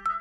い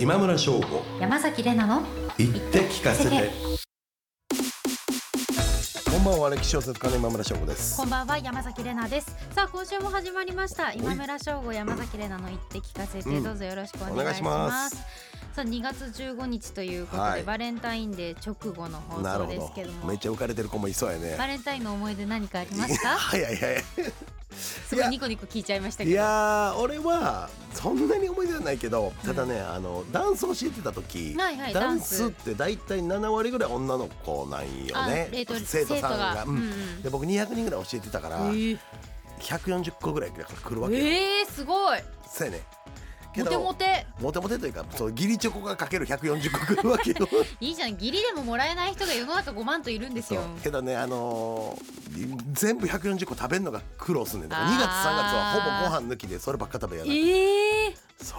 今村翔吾山崎れなの言って聞か せてこんばんは歴史小説家の今村翔吾ですこんばんは山崎れなですさあ今週も始まりました今村翔吾山崎れなの言って聞かせて、うんどうぞよろしくおお願願いいししまますすさあ2月15日ということで、はいバレンタインデー直後の放なる送ほですけどどもめっちゃ浮かれてる子もいそうやねバレンタインの思い出何かありました早い 早いすごいニコニコ聞いちゃいましたいけどやー俺はそんなに思い出はないけどただねあのダンスを教えてた時はいはいダダンンスっスて大体7割ぐらい女の子なんよあねえーと生徒さんがうんうんうんで僕200人ぐらい教えてたからえー140個ぐらいから来るわけよえー、すごいそうやねけモテどモテモテモテというかそうギリチョコがかける140個来るわけよいいじゃん義理でももらえない人が世の中5万といるん ですそうよけどねあのー全部140個食べるのが苦労すんねんだから2月3月はあーほぼご飯抜きでそればっか食べやえなー、そう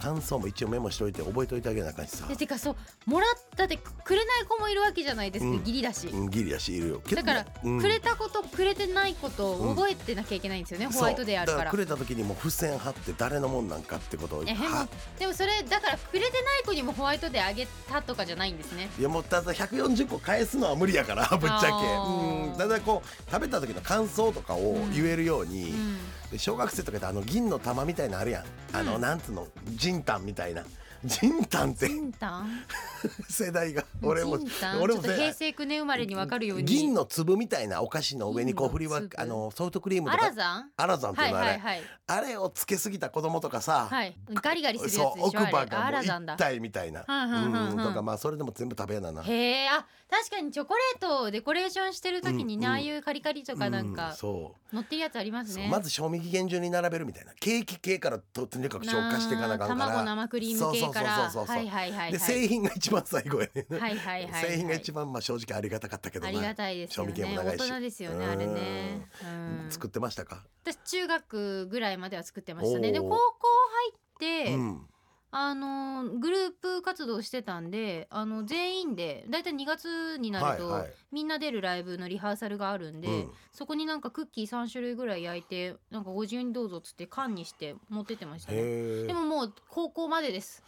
感想も一応メモしといて覚えといてあげなあかんしさでてかそうもらったってくれない子もいるわけじゃないですか、うん義理だし、うんギリやしいるよけどねだからうんくれたことくれてないことうんを覚えてなきゃいけないんですよね、そうホワイトデーあるだかかららくれた時にもう付箋貼って誰のもんなんかってことをいや変なはでもそれだからくれてない子にもホワイトデーあげたとかじゃないんですねいやもうただ140個返すのは無理やからぶっちゃけあーうんただこう食べた時の感想とかを言えるように、うんで小学生とかってあの銀の玉みたいなのあるやんあの、うんなんつうのジンタンみたいなジンタンってジンタン世代が俺もジンタン俺ちもょっと世平代成9年生まれに分かるように銀の粒みたいなお菓子の上にこう振り分銀のけ粒あのソフトクリームアとラかザンアラザンってはいういのあれ、はいはいあれをつけすぎた子供とかさ、はいガリガリするやつでしそょう奥あ歯れアがもうラザンだ一体みたいな、はんはんはんはんうんとかまあそれでも全部食べやなな。へえあ確かにチョコレートをデコレーションしてる時うにね、んうんああいうカリカリとかなんうかそう乗ってるやつありますね、まず賞味期限順に並べるみたいなケーキ系からととにかく消化していかなあかんから卵生クリーム系からそうそうそうそうそうはいはいはいはいで製品が一番最後やね、はいはいはいはい製品が一番まあ正直ありがたかったけどあなりがたいです賞よ味期限ねも長大いし人ですよねあれねうん作ってましたか、私中学ぐらいまでは作ってましたねでおー高校入って、うんあのグループ活動してたんであの全員でだいたい2月になると、はいはいみんな出るライブのリハーサルがあるんで、うんそこになんかクッキー3種類ぐらい焼いてなんかご自由にどうぞっつって缶にして持ってってましたねへでももう高校までです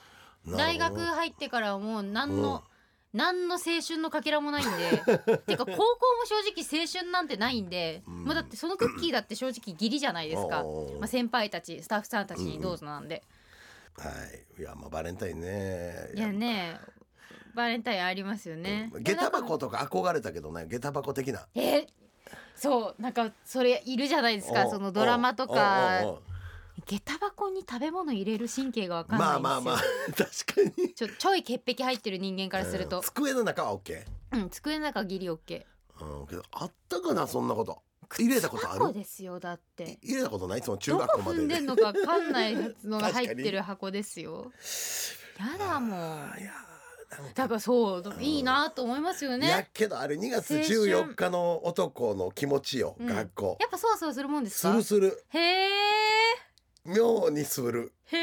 え大なるほ学ど入ってからはもう何うんの、何の青春のかけらもないん でてか高校も正直青春なんてないんで、うんもうだってそのクッキーだって正直義理じゃないですか、おーまあ、先輩たちスタッフさんたちにどうぞなんで、はいいやまあバレンタインねいやねバレンタインありますよね、うん下駄箱とか憧れたけどね下駄箱的なえーそうなんかそれいるじゃないですかおそのドラマとかおおお下駄箱に食べ物入れる神経がわかんないんまですあよ、まあま あ確かにちょちょい潔癖入ってる人間からするうんと、机の中は OK うん、机の中はギリオッケうんけどあったかなそんなこと入れたことーあ箱るですよだって入れたことないその中どこ学校ま踏でんででんのかわかんないのが入ってる箱ですよやだもんいやーなんかだからそういいなと思いますよねいややけどあれ2月青春14日の男の気持ちよ、うん学校っぱそわそわするもんですすかるするへえ妙にするへ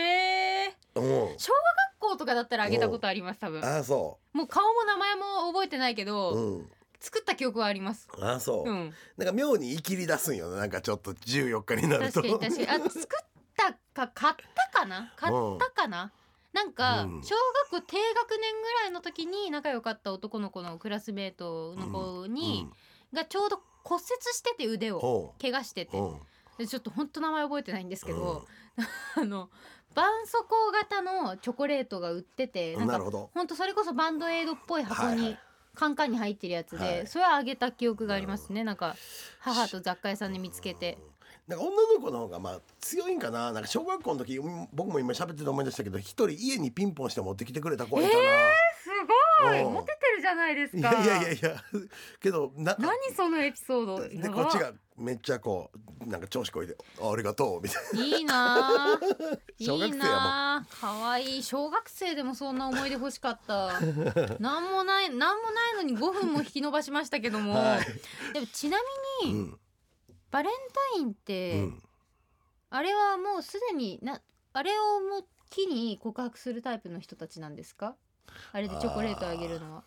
えうん学校とかだったらあげたことあります多分ああそもう顔も名前も覚えてないけど、ううん作った記憶はありますああそう、うんなんか妙にいきり出すんよねなんかちょっと14日になる確かとに確かにあ作ったか買ったかな買ったかな、なんかうん小学校低学年ぐらいの時に仲良かった男の子のクラスメートの子に、がちょうど骨折してて腕をほ怪我してうてんでちょっと本当名前覚えてないんですけうんど、 あの絆創膏型のチョコレートが売っててなんなかるほど本当それこそバンドエイドっぽい箱に、はいはいカンカンに入ってるやつで、はいそれはあげた記憶がありますねなんか母と雑貨屋さんで見つけてなんか女の子の方がまあ強いんかななんか小学校の時うん僕も今喋ってて思い出したけど一人家にピンポンして持ってきてくれた子がいたな、すごうんてるじゃないですいかやいやいやいや けどな何そのエピソードでやこばっちがめっちゃこうなんか調子こいで「ありがとう」みたいいいなぁい 小学い生やもんなぁかわいい小学生でもそんな思い出欲しかった なんもないなんもないのに5分も引き延ばしましたけども、な。はいでもちなみうに、んバレンタインっうて、んあれはもうすでになあれをもう機に告白するタイプの人たちなんですかあれでチョコレートあげるのは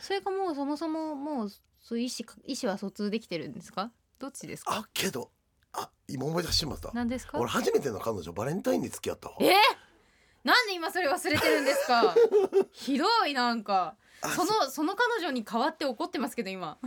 それかもうそもそももうそういう意思か意思は疎通できてるんですかどっちですかあけどあ今思い出してしまった何ですか俺初めての彼女バレンタインに付き合ったわえなんで今それ忘れてるんです かひどいなんかあそのその彼女に代わって怒ってますけど今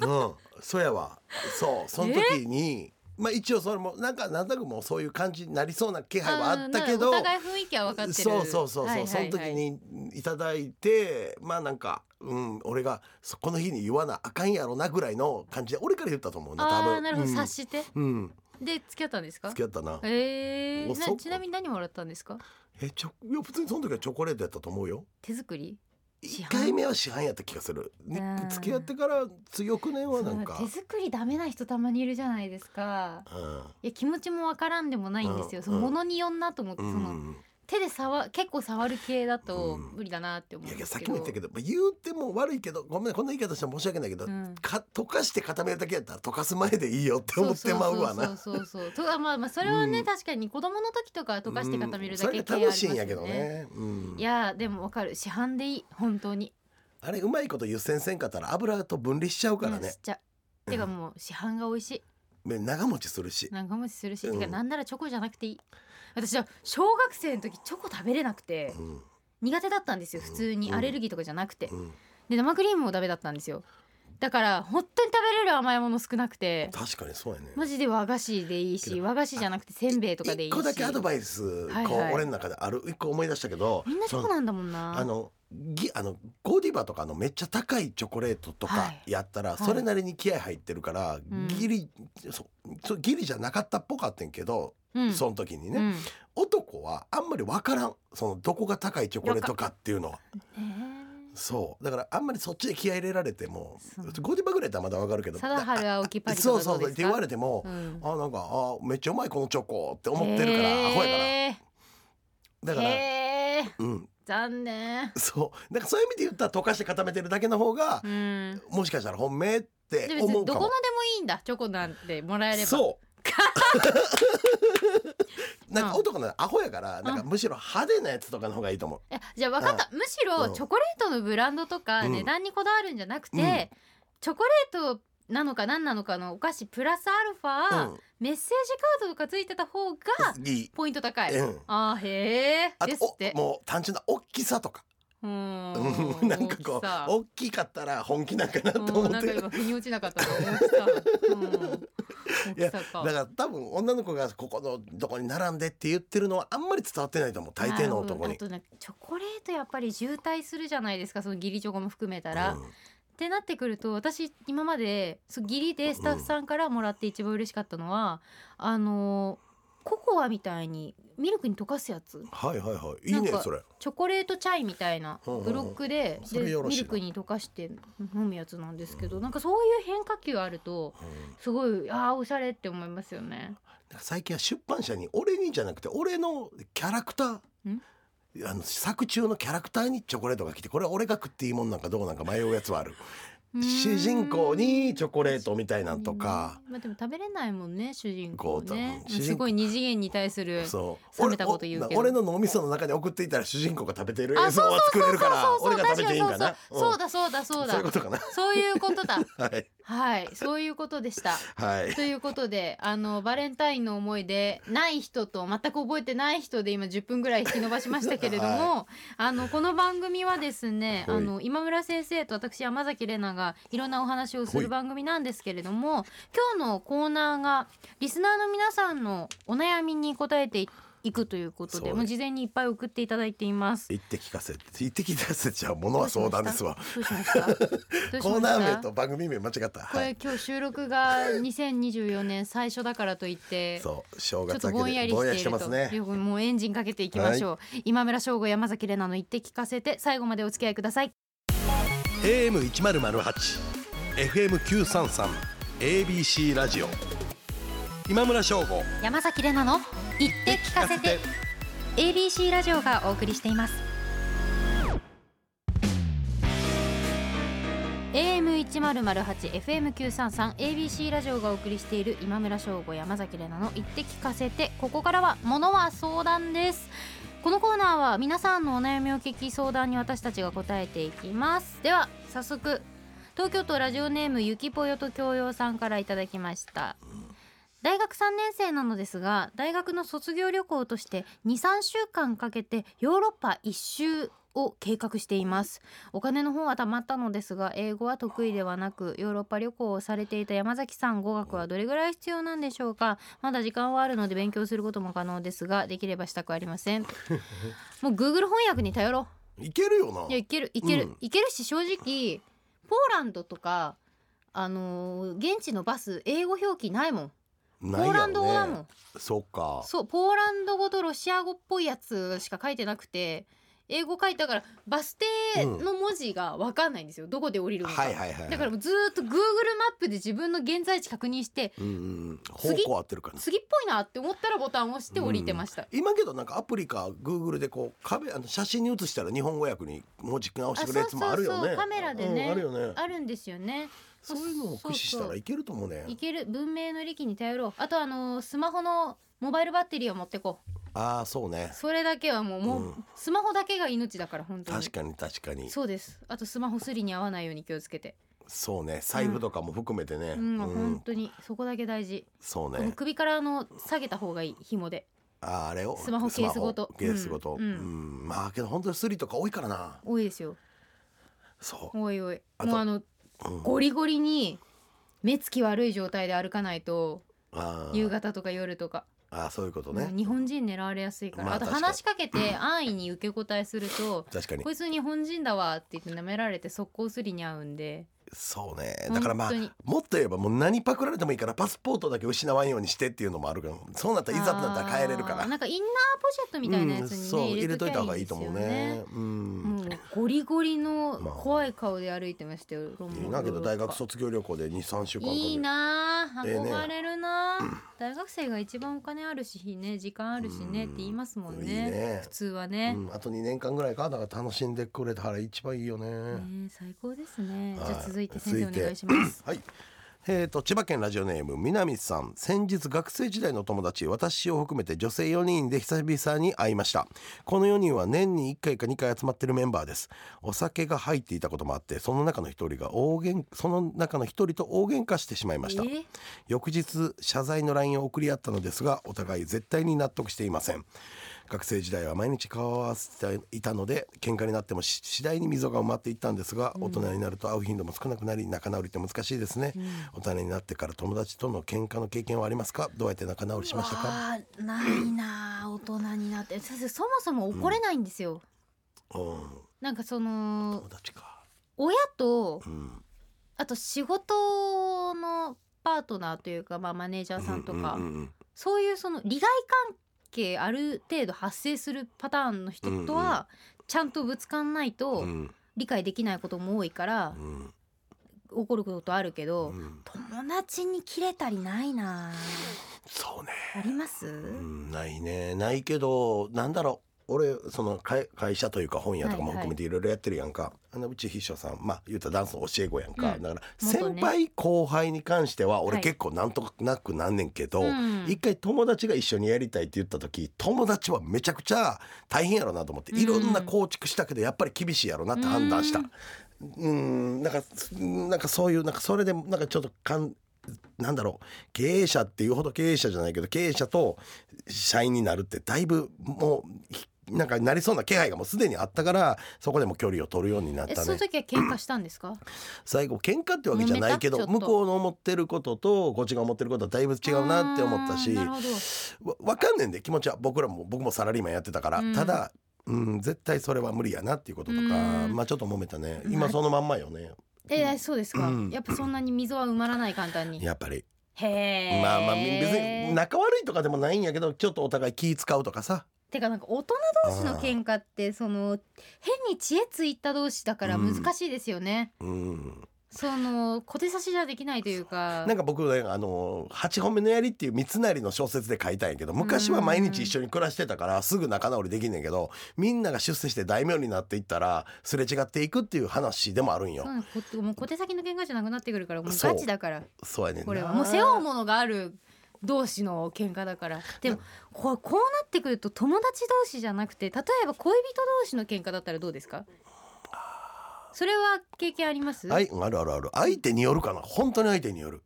うん、そうやわそうその時に、まあ一応それもなんかなんとなくもうそういう感じになりそうな気配はあったけうんどなんかお互い雰囲気は分かってるそうそうそうそう、はいはいはいその時にいただいてまあなんか、うん、俺がそこの日に言わなあかんやろなぐらいの感じで俺から言ったと思うな多ああ分なるほど、うん察してうん、で付き合ったんですか付き合ったなえおー、そなちなみに何もらったんですかえちょいや普通にその時はチョコレートやったと思うよ手作り市販1回目は市販やった気がする、ねうん付き合ってから強くねはなんかそう手作りダメな人たまにいるじゃないですかうんいや気持ちもわからんでもないんですよ、うんそのものによんなと思って、うそのん、手で触結構触る系だとうん無理だなって思いうやいんでやすさっけきど、も言ったけど、まあ、言うても悪いけどごめんこんな言い方したら申し訳ないけど、うんか溶かして固めるだけやったら溶かす前でいいよって思ってまうわな。そうそうそうそうそうとあまあまあそれはね、うん確かに子供の時とかは溶かして固めるだけうん系そあれがりま楽しすいんよねやけどね。うんいやーでもわかる市販でいい本当にあれうまいこと湯煎せんかったら油と分離しちゃうからうんねし。ちゃうてかもう市販が美味しいね長持ちするし。長持ちするし、うんてかなんならチョコじゃなくていい私は小学生の時チョコ食べれなくてうん苦手だったんですよ普通にうんアレルギーとかじゃなくてうんで生クリームもダメだったんですよだから本当に食べれる甘いもの少なくて確かにそうやね。マジで和菓子でいいけしど和菓子じゃなくてせんべいとかでい一いし個だけアドバイス、はいこう俺の中である一個思い出したけど。みんなチョコなんだもんなあのぎあのゴディバとかのめっちゃ高いチョコレートとはかいやったら、いそれなりに気合入ってるから、んギリそそギリじゃなかったっぽかってんけど、うんその時にね、うん男はあんまり分からんそのどこが高いチョコレートかっていうのはえそうだからあんまりそっちで気合入れられてもそうゴディバぐらいだったらまだ分かるけどー貞治青木パリとそうかどそううそうでっすてか言われても、うんあなんかあめっちゃうまいこのチョコって思ってるから、アホやからへだーから、へーうん残念そうだからそういう意味で言ったら溶かして固めてるだけの方が、うんもしかしたら本命ってで別に思うどかこまもでもいいんだチョコなんてもらえればそう なんかうん男のアホやからなんかむしろ派手なやつとかの方がいいと思うえじゃあ分かったむしろうんチョコレートのブランドとかうん値段にこだわるんじゃなくて、うんチョコレートなのか何なのかのお菓子プラスアルファ、メッセージカードとかついてた方がうん、いい、ポイント高い、うん、あーへえあですとっておもう単純な大きさとか、ううん、んなんかこう大大きかったら本気なんかなきさと思うんっなんてかる今腑に落ちなかったな大 きさ、いうん、大やきさかだから多分女の子がここのどこに並んでって言ってるのはあんまり伝わってないと思う大抵の男にあ。とねチョコレートやっぱり渋滞するじゃないですかその義理チョコも含めたら、うんってなってくると私今までそう義理でスタッフさんからもらって一番嬉しかったのは、あのココアみたいにミルクに溶かすやつはいはいはいいいねなんかそれ。チョコレートチャイみたいなうんうんうんブロックで,、それでよろしミいなルクに溶かして飲むやつなんですけど、なんかそういう変化球あるとうんすごいあーおしゃれって思いますよね。なんか最近は出版社に俺にじゃなくて俺のキャラクタんーあの作中のキャラクターにチョコレートが来てこれは俺が食っていいもんなんかどうなんか迷うやつはあるうーん主人公にチョコレートみたいなんとか、まあでも食べれないもんね主人公ねこう主人公すごい二次元に対するそう冷めたこと言うけど俺おな俺の脳みその中に送っていたら主人公が食べてる映あ像そうは作れるからそう俺そうが食べていいんかなそうそうそうそううんだそうだそうそういだうことかなそういうことだはいはいそういうことでしたはいということであのバレンタインの思い出ない人と全く覚えてない人で今10分ぐらい引き延ばしましたけれども、はあのこの番組はですねはいあの今村先生と私山崎怜奈がいろんなお話をすはいる番組なんですけれども今日のコーナーがリスナーの皆さんのお悩みに答えていいくということそうでねもう事前にいっぱい送っていただいています。言って聞かせて言って聞かせちゃうものは相談ですわどうしま した。どうしましたコーナー名と番組名間違ったこはれい今日収録が2024年最初だからといってそう正ちょっ月と明ぼんけやでりぼんやしりしてているまとすねよくもうエンジンかけていきましょう、今村翔吾山崎怜奈の言って聞かせて最後までお付き合いください AM 一ゼロゼロ八、FM 九三三、ABC ラジオ。今村翔吾。山崎れなの言って聞かせて ABC ラジオがお送りしています AM1008 FM933 ABC ラジオがお送りしている今村翔吾山崎れなの言って聞かせてここからはものは相談ですこのコーナーは皆さんのお悩みを聞き相談に私たちが答えていきますでは早速東京都ラジオネームゆきぽよと教養さんからいただきました大学3年生なのですが大学の卒業旅行として23週間かけてヨーロッパ一周を計画していますお金の方は貯まったのですが英語は得意ではなくヨーロッパ旅行をされていた山崎さん語学はどれぐらい必要なんでしょうかまだ時間はあるので勉強することも可能ですができればしたくあり ませんもう Google 翻訳に頼ろいけるよなうい。やいけるいける、うんいけるし正直ポーランドとかあのー現地のバス英語表記ないもんポないやろねーランド語だもん、。そうか。そうポーランド語とロシア語っぽいやつしか書いてなくて英語書いたからバス停の文字が分かんないんですよ、どこで降りるのか、はいはいはい。だからもうずーっと Google マップで自分の現在地確認してうんうん。方次向合ってるかな。次っぽいなって思ったらボタンを押して降りてました、今けどなんかアプリか Google でこう壁あの写真に写したら日本語訳に文字直してくれるやつもあるよね。あそうそうそうカメラでねうんあるよね。あるんですよねそういうのを駆使したらいけると思うね。いける文明の利器に頼ろうあとあのースマホのモバイルバッテリーを持ってこうああそうね。それだけはもうもう、うんスマホだけが命だから本当に確かに確かに。そうですあとスマホすりに合わないように気をつけてそうね。財布とかも含めてね。うん、うん本当にそこだけ大事、そうこのね。首からあの下げた方がいい紐であーあれをスマホケースごとスマホケースごと。うんうんうんまあけど本当にスリとか多いからな。多いですよそおいおいあともうあのう。うんゴリゴリに目つき悪い状態で歩かないとあー夕方とか夜とか、あーそういうこともねう。日本人狙われやすいから、まああと確かに話しかけて安易に受け答えすると確かにこ。いつ日本人だわって言って舐められて速攻すりに合うんでそうね。だからまあ本当にもっと言えばもう何パクられてもいいからパスポートだけ失わんようにしてっていうのもあるけどそうなったらいざとなったら帰れるかあーらなんかインナーポシェットみたいなやつうんにね、そう入れといきたゃ方がいんいですとよ思うねうんもうゴリゴリのまあ怖い顔で歩いてましたよ。ロンドンいいなけど大学ヨーロッ卒業旅行で23週パ間かけていいなあええね憧れるなあ、 大学生が一番お金あるしね時間あるしねって言いますもんねいいね普通はね,、うん、あと2年間ぐらいかだから楽しんでくれたら一番いいよねね最高ですね、はいじゃあ続いて先生お続いて願いしますはいえー、と千葉県ラジオネーム南さん先日学生時代の友達私を含めて女性4人で久々に会いましたこの4人は年に1回か2回集まってるメンバーですお酒が入っていたこともあってその中の1人が大喧その中の1人と大喧嘩してしまいました、えー翌日謝罪の LINE を送り合ったのですがお互い絶対に納得していません学生時代は毎日顔を合わせていたので喧嘩になってもし次第に溝が埋まっていったんですが大人になると会う頻度も少なくなり仲直りって難しいですね、大人になってから友達との喧嘩の経験はありますかどうやって仲直りしましたかわあないなあ大人になって先生そもそも怒れないんですよ、うんなんかその友達か親とうんあと仕事のパートナーというか、まあ、マネージャーさんとか、うんうんうんそういうその利害関係ある程度発生するパターンの人とうんうはちゃんとぶつかんないとうん理解できないことも多いからうん怒ることあるけうどん友達に切れたりないなそうねありますうん、ないねないけどなんだろう俺その会会社というか本屋とかもはいはい含めていろいろやってるやんか、あのうち秘書さんまあ言うたらダンスの教え子やんか、うんだから元先ね輩後輩に関しては俺はい結構なんとなくなんねんけど、うん一回友達が一緒にやりたいって言った時友達はめちゃくちゃ大変やろなと思ってうんいろんな構築したけどやっぱり厳しいやろなって判断したううんんなんかうんなんかそういうなんかそれでなんかちょっとかんなんだろう経営者っていうほど経営者じゃないけど経営者と社員になるってだいぶもうひなんかなりそうな気配がもうすでにあったからそこでも距離を取るようになっえたそのね時は喧嘩したんですか最後喧嘩ってわけじゃないけ揉めどたちょ向っとこうの思ってることとこっちが思ってることはだいぶ違うなって思ったし。あーなるほどわわかんねんで気持ちは僕らも僕もサラリーマンやってたから、うんただ、うん、絶対それは無理やなっていうこととか、うんまあちょっと揉めたね今そのまんまよねえーそうですかうんやっぱそんなに溝は埋まらない簡単にやっぱり、へえまあまあ別に仲悪いとかでもないんやけどちょっとお互い気使うとかさてかなんか大人同士の喧嘩ってその変に知恵ついた同士だから難しいですよね、うん、その小手差しじゃできないというかなんか僕ねあの八本目の槍っていう三成の小説で書いたんやけど昔は毎日一緒に暮らしてたからすぐ仲直りできんねんけどみんなが出世して大名になっていったらすれ違っていくっていう話でもあるんよそう。なんですこもう小手先の喧嘩じゃなくなってくるからもうそうガチだからそうやねんなこれはもう背負うものがある同士の喧嘩だからでもこうこうなってくると友達同士じゃなくて例えば恋人同士の喧嘩だったらどうですかそれは経験あります、はい、あるあるある。相手によるかな。本当に相手による。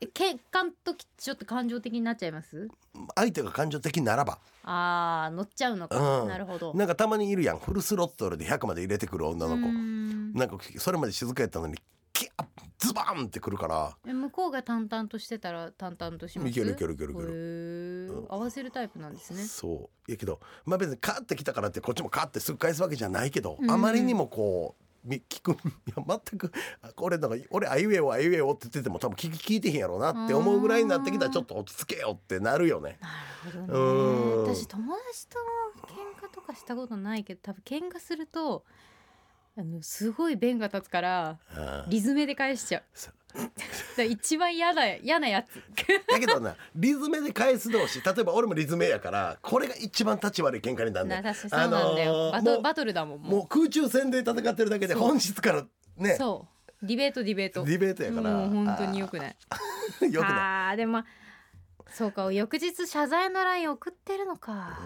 え喧嘩の時ちょっと感情的になっちゃいます相手が感情的ならば。あー乗っちゃうのか、うんなるほどなんかたまにいるやん。フルスロットルで100まで入れてくる女のうー子。んなんかそれまで静かやったのに、キャッズバーンってくるから。え向こうが淡々としてたら淡々としますいけるいけるいけるいけるるうん合わせるタイプなんですねそう。やけど、まあ別にカーってきたからってこっちもカーってすぐ返すわけじゃないけど、うんあまりにもこう。み 聞くいや全く俺なんか俺あいうえおあいうえおって言ってても多分聞き聞いてへんやろうなって思うぐらいになってきたらちょっと落ち着けよってなるよね。なるうほどんね私友達と喧嘩とかしたことないけど多分喧嘩するとあのすごい弁が立つからうんリズメで返しちゃうそう だから一番嫌だ嫌なやつだけどなリズメで返す同士例えば俺もリズメやからこれが一番立ち悪い喧嘩になるね なん確かにそうなんだよ、あのーバトもうバトルだもんもうもう空中戦で戦ってるだけでそう本質からねそうディベートディベーデトィベートやからもう本当によくないあー よくないあーでもまあそうか翌日謝罪の LINE 送ってるのか、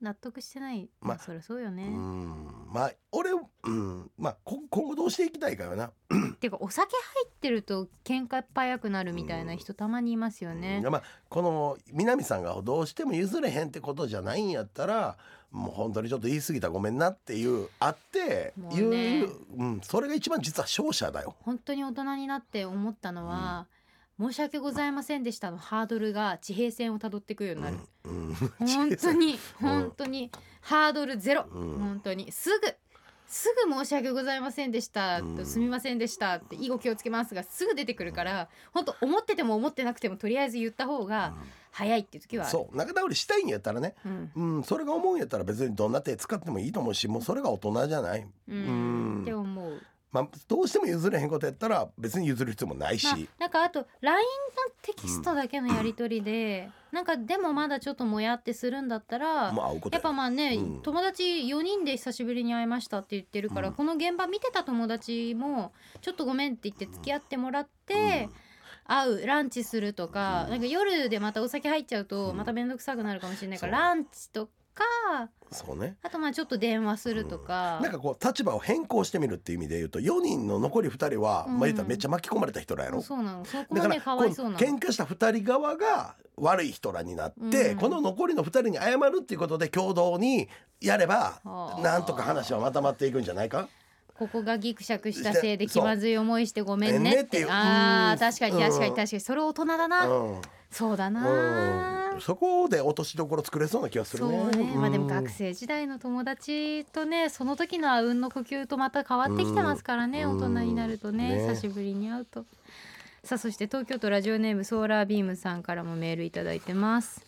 納得してないまあまそりゃそうよね、うんまあ俺うんまあこ今後どうしていきたいかよな、ていうかお酒入ってると喧嘩っ早くなるみたいな人たまにいますよね、うんまあこの南さんがどうしても譲れへんってことじゃないんやったらもう本当にちょっと言い過ぎたごめんなっていうあってもうね言う、うん、それが一番実は勝者だよ。本当に大人になって思ったのは、申し訳ございませんでしたのハードルが地平線をたどってくようになる、うん、 本当に本当にハードルゼロ、うん本当にすぐすぐ申し訳ございませんでした、うんすみませんでしたって以後気をつけますがすぐ出てくるから本当思ってても思ってなくてもとりあえず言った方が早いっていう時はあるそう仲直りしたいんやったらね、うんうん、それが思うんやったら別にどんな手使ってもいいと思うしもうそれが大人じゃない、うんうんって思うまあ、どうしても譲れへんことやったら別に譲る必要もないし、まあ、なんかあと LINE のテキストだけのやり取りで、なんかでもまだちょっともやってするんだったら、もう会うことやっぱまあね、うん友達4人で久しぶりに会いましたって言ってるから、うんこの現場見てた友達もちょっとごめんって言って付き合ってもらって、会うランチするとか、なんか夜でまたお酒入っちゃうとまた面倒くさくなるかもしれないから、そうランチとかそうねあとまあちょっと電話するとか、なんかこう立場を変更してみるっていう意味で言うと4人の残り2人は、うんまあ言ったらめっちゃ巻き込まれた人らやろ、そうなのそこだもかねらかこわういそうなの。喧嘩した2人側が悪い人らになって、うんこの残りの2人に謝るっていうことで共同にやればあーなんとか話はまとまっていくんじゃないかここがギクシャクしたせいで気まずい思いしてごめんそうねねっってていうあうーん確かにうん確かに確かにそれ大人だな、うんそうだな、うん、そこで落としどころ作れそうな気がするそうね。ね、まあでも学生生時代の友達とねその時のあうんの呼吸とまた変わってきてますからね、うん大人になるとねね久しぶりに会うとさあそして東京都ラジオネームソーラービームさんからもメールいただいてます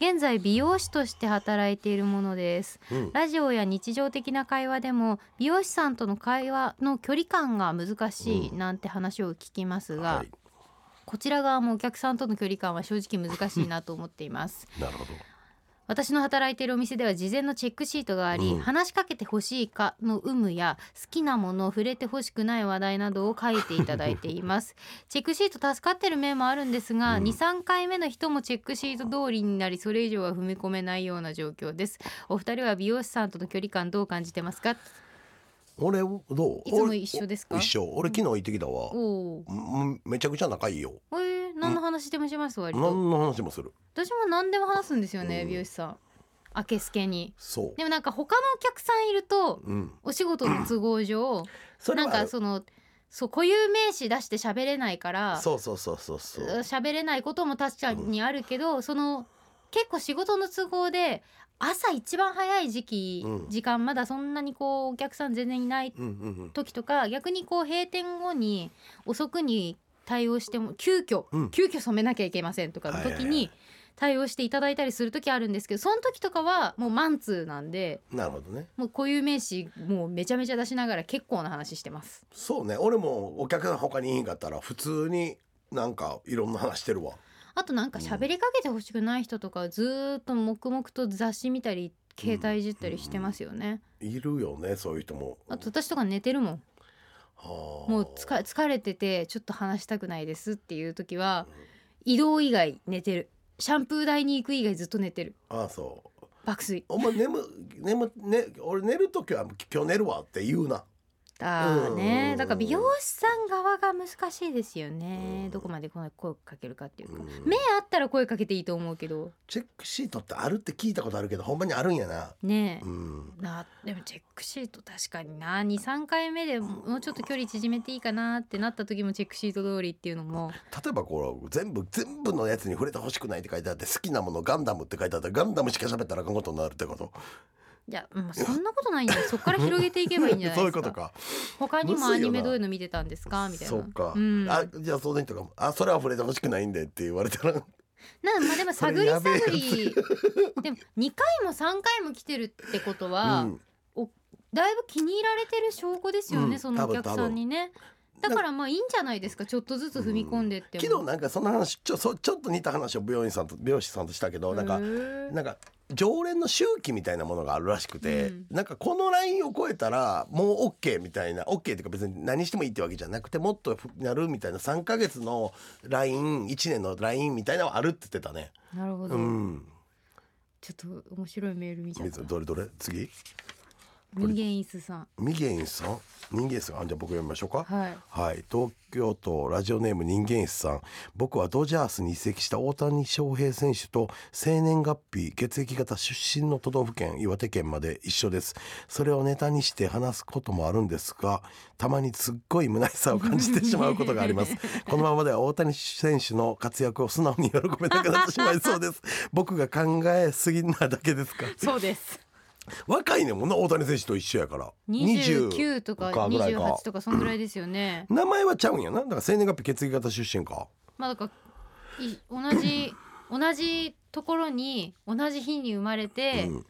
現在美容師として働いているものです、うんラジオや日常的な会話でも美容師さんとの会話の距離感が難しいなんて話を聞きますが、はい、こちら側もお客さんとの距離感は正直難しいなと思っていますなるほど。私の働いているお店では事前のチェックシートがあり、うん話しかけてほしいかの有無や好きなもの触れてほしくない話題などを書いていただいていますチェックシート助かってる面もあるんですが、23回目の人もチェックシート通りになりそれ以上は踏み込めないような状況ですお二人は美容師さんとの距離感どう感じてますか俺どう？いつも一緒ですか俺一緒。俺昨日行ってきたわ。おーうんめちゃくちゃ仲いいよ。えー、何の話でもします割と何の話もする。私も何でも話すんですよね、美容師さん明けすけにそうで。もなんか他のお客さんいるとうん。お仕事の都合上それなんはあかるそのそう固有名詞出して喋れないからそうそうそうそうそう。喋れないことも確かにあるけど、その結構仕事の都合で朝一番早い時期、うん時間まだそんなにこうお客さん全然いないうんうん時とか逆にこう閉店後に遅くに対応しても急遽、うん急遽染めなきゃいけませんとかのは時に、いはいは対応していただいたりする時あるんですけどその時とかはもうマンツーなんでなるほどねもう固有名詞もうめちゃめちゃ出しながら結構な話してます。そうね俺もお客さん他にいいんかったら普通になんかいろんな話してるわあとなんか喋りかけてほしくない人とかはずーっと黙々と雑誌見たり携帯いじったりしてますよね。いるよねそういう人もあと私とか寝てるもん。はあもう疲れ疲れててちょっと話したくないですっていう時は移動以外寝てるシャンプー台に行く以外ずっと寝てるああそう爆睡お前眠眠ね俺寝る時は今日寝るわって言うなだねうんだから美容師さん側が難しいですようねんどこまでこの声かけるかっていうかうん目あったら声かけていいと思うけどチェックシートってあるって聞いたことあるけどほんまにあるんやなねうんえなでもチェックシート確かにな23回目でもうちょっと距離縮めていいかなってなった時もチェックシート通りっていうのも例えばこう全部全部のやつに触れてほしくないって書いてあって好きなものガンダムって書いてあったらガンダムしか喋ったらあかんことになるってこといやもうそんなことないんだよそこから広げていけばいいんじゃな いですかそういうことか他にもむアずいよニなメどういうの見てたんですかみたいなそうか、ん、あじゃあその人が「あそれは触れてほしくないんで」って言われたらなまあでもそれ探りやべえやつ探りでも2回も3回も来てるってことは、うんだいぶ気に入られてる証拠ですよね、うんそのお客多分さんにねだからまあいいんじゃないですかちょっとずつ踏み込んでっても、昨日なんかその話ちょそちょっと似た話を美容院さんと美容師さんとしたけどなんかへーなんか常連の周期みたいなものがあるらしくて、うんなんかこのラインを超えたらもう OK みたいな OK っていうか別に何してもいいってわけじゃなくてもっとなるみたいな3ヶ月のライン1年のラインみたいなのはあるって言ってたね。なるほど、うん、ちょっと面白いメール見ちゃった水どれどれ次人間椅子さんミゲインさん人間さんあじゃあ僕読みましょうか。はいはい、東京都ラジオネーム人間室さん僕はドジャースに移籍した大谷翔平選手と生年月日血液型出身の都道府県岩手県まで一緒ですそれをネタにして話すこともあるんですがたまにすっごい虚しさを感じてしまうことがありますこのままでは大谷選手の活躍を素直に喜べなくなってしまいそうです僕が考えすぎなだけですかそうです若いねんもんな大谷選手と一緒やから29とか20ぐらい28とかそんぐらいですよね、名前はちゃうんやなだから生年月日血液型出身かまあだからい 同じ同じところに同じ日に生まれて、うん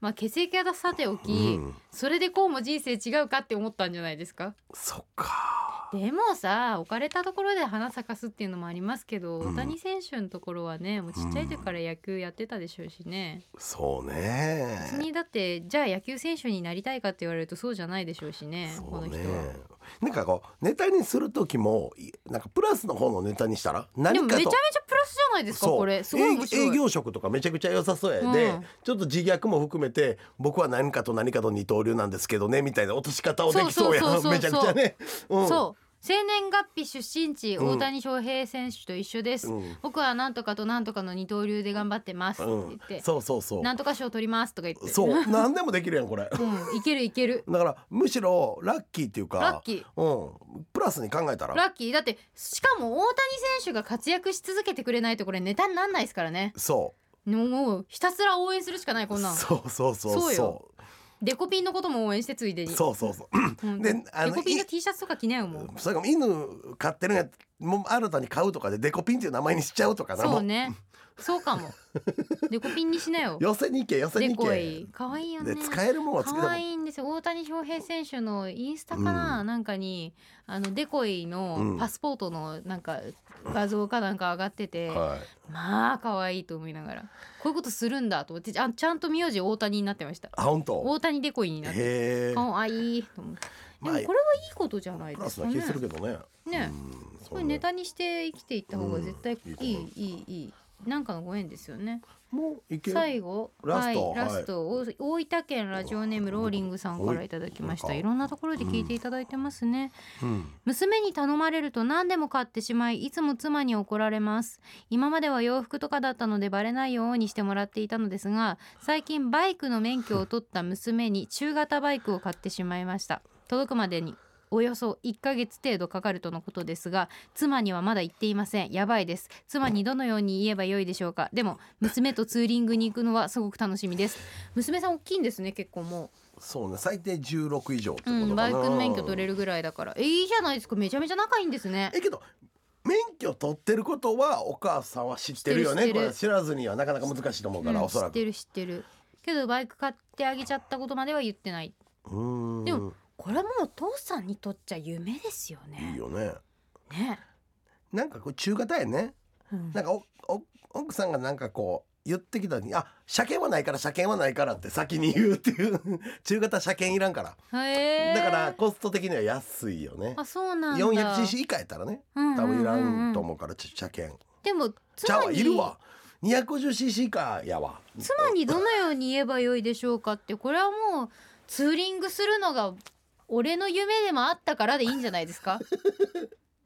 まあ血液型さておき、うんそれでこうも人生違うかって思ったんじゃないですかそっかでもさ置かれたところで花咲かすっていうのもありますけど、うん大谷選手のところはねもうちっちゃい時から野球やってたでしょうしね、そう別ねにだってじゃあ野球選手になりたいかって言われるとそうじゃないでしょうしねそこのうね人は。なんかこうネタにする時もいなんかプラスの方のネタにしたらで何もめかちゃめちとゃプラスじゃないですかそうこれすごい面白い営営業職とかめちゃくちゃ良さそうやで、うんちょっと自虐も含めて僕は何かと何かの二刀流なんですけどねみたいな落とし方をできそうやそうそうそうそうめちゃくちゃね、うん、そう生年月日出身地うん大谷翔平選手と一緒です、うん僕はなんとかとなんとかの二刀流で頑張ってますってう言んって、そうそうそうなんとか賞取りますとか言ってそう何でもできるやんこれうん、いけるいけるだからむしろラッキーっていうかラッキうん、プラスに考えたらラッキーだってしかも大谷選手が活躍し続けてくれないとこれネタになんないですからねそうもうひたすら応援するしかないこんなんそうそうそうそうそよデコピンのことも応援してついでうにそうそうそううんでデあのコピンのい T シャツとか着なよもうそれかも犬飼ってるんやもう新たに買うとかでデコピンっていう名前にしちゃうとかなそうもねそうか もデコピンにしなうよ寄せに行け寄せデに行コけイ可愛いよねで使えるもんは使可愛えいんですよ大谷翔平選手のインスタかな、うんなんかにあのデコイうのんパスポートのなんか画像かなんか上がってて、るもん、はい、まあ可愛いと思いながらこういうことするんだと思ってあちゃんと名字大谷になってましたあ本当大谷デコイになってへえ可愛いと思ってでまもあこれはいいことじゃないプでラすスかなね気するけどねうねんそこうれねネタにして生きていった方が絶対いうんいい、いいいいいなんかのご縁ですよねもういける最後ラストはい、はいラスト、お大分県ラジオネームローリングさんからいただきましおたいいろんなところで聞いていただいてますね、うん娘に頼まれると何でも買ってしまいいつも妻に怒られます今までは洋服とかだったのでバレないようにしてもらっていたのですが最近バイクの免許を取った娘に中型バイクを買ってしまいました届くまでにおよそ1ヶ月程度かかるとのことですが妻にはまだ言っていませんやばいです妻にどのように言えばよいでしょうかでも娘とツーリングに行くのはすごく楽しみです娘さん大きいんですね結構もそうね最低16以上ってこう、うとん、かバなイクの免許取れるぐらいだからえいいじゃないですかめちゃめちゃ仲いいんですねえけど免許取ってることはお母さんは知ってるよ知っねてる知ってるこれは知らずにはなかなか難しいと思うから、うんおそら知ってくる知ってるけどバイク買ってあげちゃったことまでは言ってないうーんでもこれはもう父さんにとっちゃ夢ですよねいいよねね、なんかこう中型やねうんなんかおお奥さんがなんかこう言ってきたのにあ車検はないから車検はないからって先に言うっていう 中型車検いらんから、へーだからコスト的には安いよねあそうなんだ 400cc 以下やったらね多分いらんと思うからち車検でもちゃう妻わにいるわ 250cc 以下やわ妻にどのように言えばよいでしょうかってこれはもうツーリングするのが俺の夢でもあったからでいいんじゃないですか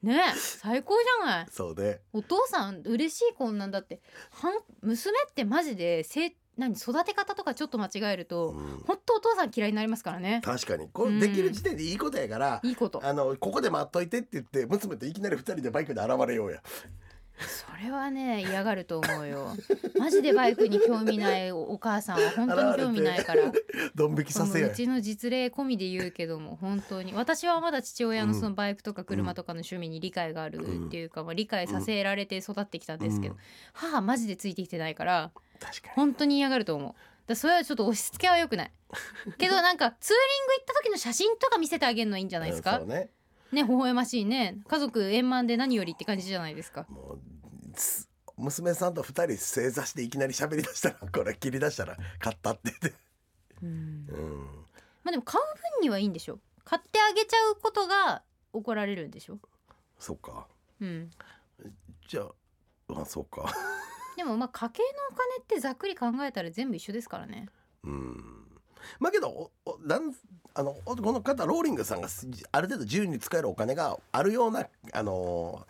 ねえ最高じゃないそうでお父さん嬉しいこんなんだってはん娘ってマジでせい何育て方とかちょっと間違えるとうん本当お父さん嫌いになりますからね確かにこうれんできる時点でいいことやから、いいことあのここで待っといてって言って娘といきなり2人でバイクで現れようやそれはね嫌がると思うよマジでバイクに興味ないおお母さんは本当に興味ないからドン引きこさせよのううちの実例込みで言うけども本当に私はまだ父親のそのバイクとか車とかの趣味に理解があるっていうか、まあ、理解させられて育ってきたんですけど、うん母マジでついてきてないから確かに本当に嫌がると思うだからそれはちょっと押し付けは良くないけどなんかツーリング行った時の写真とか見せてあげるのいいんじゃないですうんかそうねね微笑ましいね家族円満で何よりって感じじゃないですかもうつ娘さんと2人正座していきなり喋りだしたらこれ切り出したら買ったって言って、うんうん、まあでも買う分にはいいんでしょ買ってあげちゃうことが怒られるんでしょそっかうんじゃああそうかでもまあ家計のお金ってざっくり考えたら全部一緒ですからね。うんまあけどおおなんあのおこの方ローリングさんがすある程度自由に使えるお金があるようなあの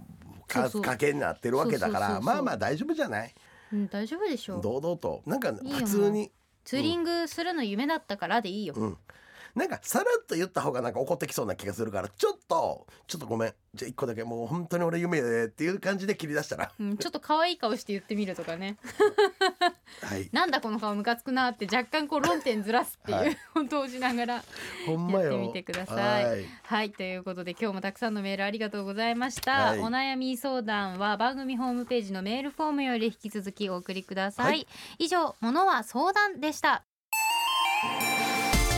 かそうそう家計になってるわけだからそうそうそうそうまあまあ大丈夫じゃないうん、大丈夫でしょう。堂々となんかいよ普通にツーリングするの夢だったからでいいよ。うんなんかさらっと言った方がなんか怒ってきそうな気がするからちょっとちょっとごめんじゃあ一個だけもう本当に俺夢でっていう感じで切り出したらうん、ちょっと可愛い顔して言ってみるとかね。はいなんだこの顔ムカつくなって若干こう論点ずらすっていう、はい本当をしながら。ほんまよやってみてくださいはいはいということで今日もたくさんのメールありがとうございました、はいお悩み相談は番組ホームページのメールフォームより引き続きお送りください、はい以上ものは相談でした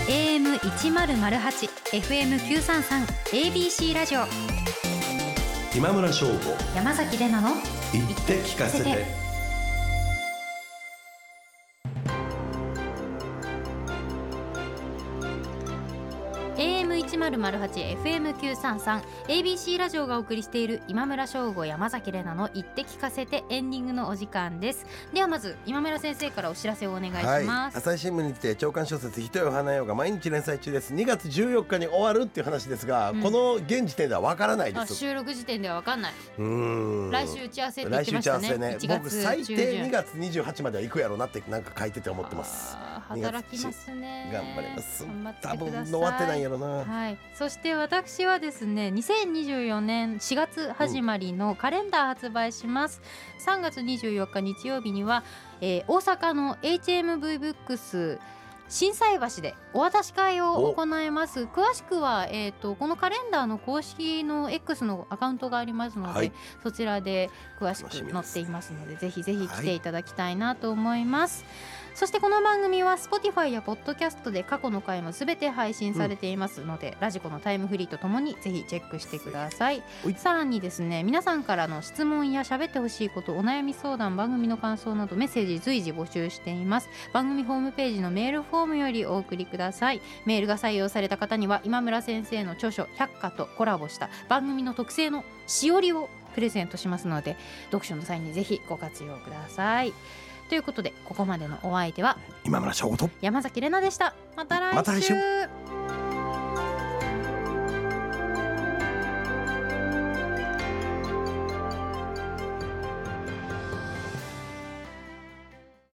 AM 一ゼロゼ八 FM 九三三 ABC ラジオ今村翔吾山崎れなの言って聞かせてAM 一ゼロゼ八 FM 九三三 ABC ラジオがお送りしている今村翔吾山崎れなの言って聞かせてエンディングのお時間ですではまず今村先生からお知らせをお願いしはい、ます、朝日新聞にて長官小説「ひとよ花よ」が毎日連載中です2月14日に終わるっていう話ですが、うんこの現時点ではわからないであす収録時点では分かんない、うーん来週打ち合わせって言っ来週打てましち合たわねせね1僕月最低中2旬月28日までは行くやろうなってなんか書いてて思ってますあー2月働きますね頑張ります頑張ってくだ多さい分終わってないんやろなはい、そして私はですね2024年4月始まりのカレンダー発売します、3月24日日曜日には、えー大阪の HMV ブックス震災橋でお渡し会を行います詳しくは、えー、とこのカレンダーの公式の X のアカウントがありますので、はいそちらで詳し楽しみくです載っていますのでぜひぜひ来はていいただきたいなと思います、そしてこの番組は Spotify や Podcast で過去の回もすべて配信されていますので、ラジコのタイムフリーとともにぜひチェックしてくださいはいさらにですね皆さんからの質問や喋ってほしいことお悩み相談番組の感想などメッセージ随時募集しています番組ホームページのメールフォームよりお送りくださいメールが採用された方には今村先生の著書「百科」とコラボした番組の特製のしおりをプレゼントしますので読書の際にぜひご活用くださいということでここまでのお相手は今村翔吾と山崎れなでしたまた来週また来週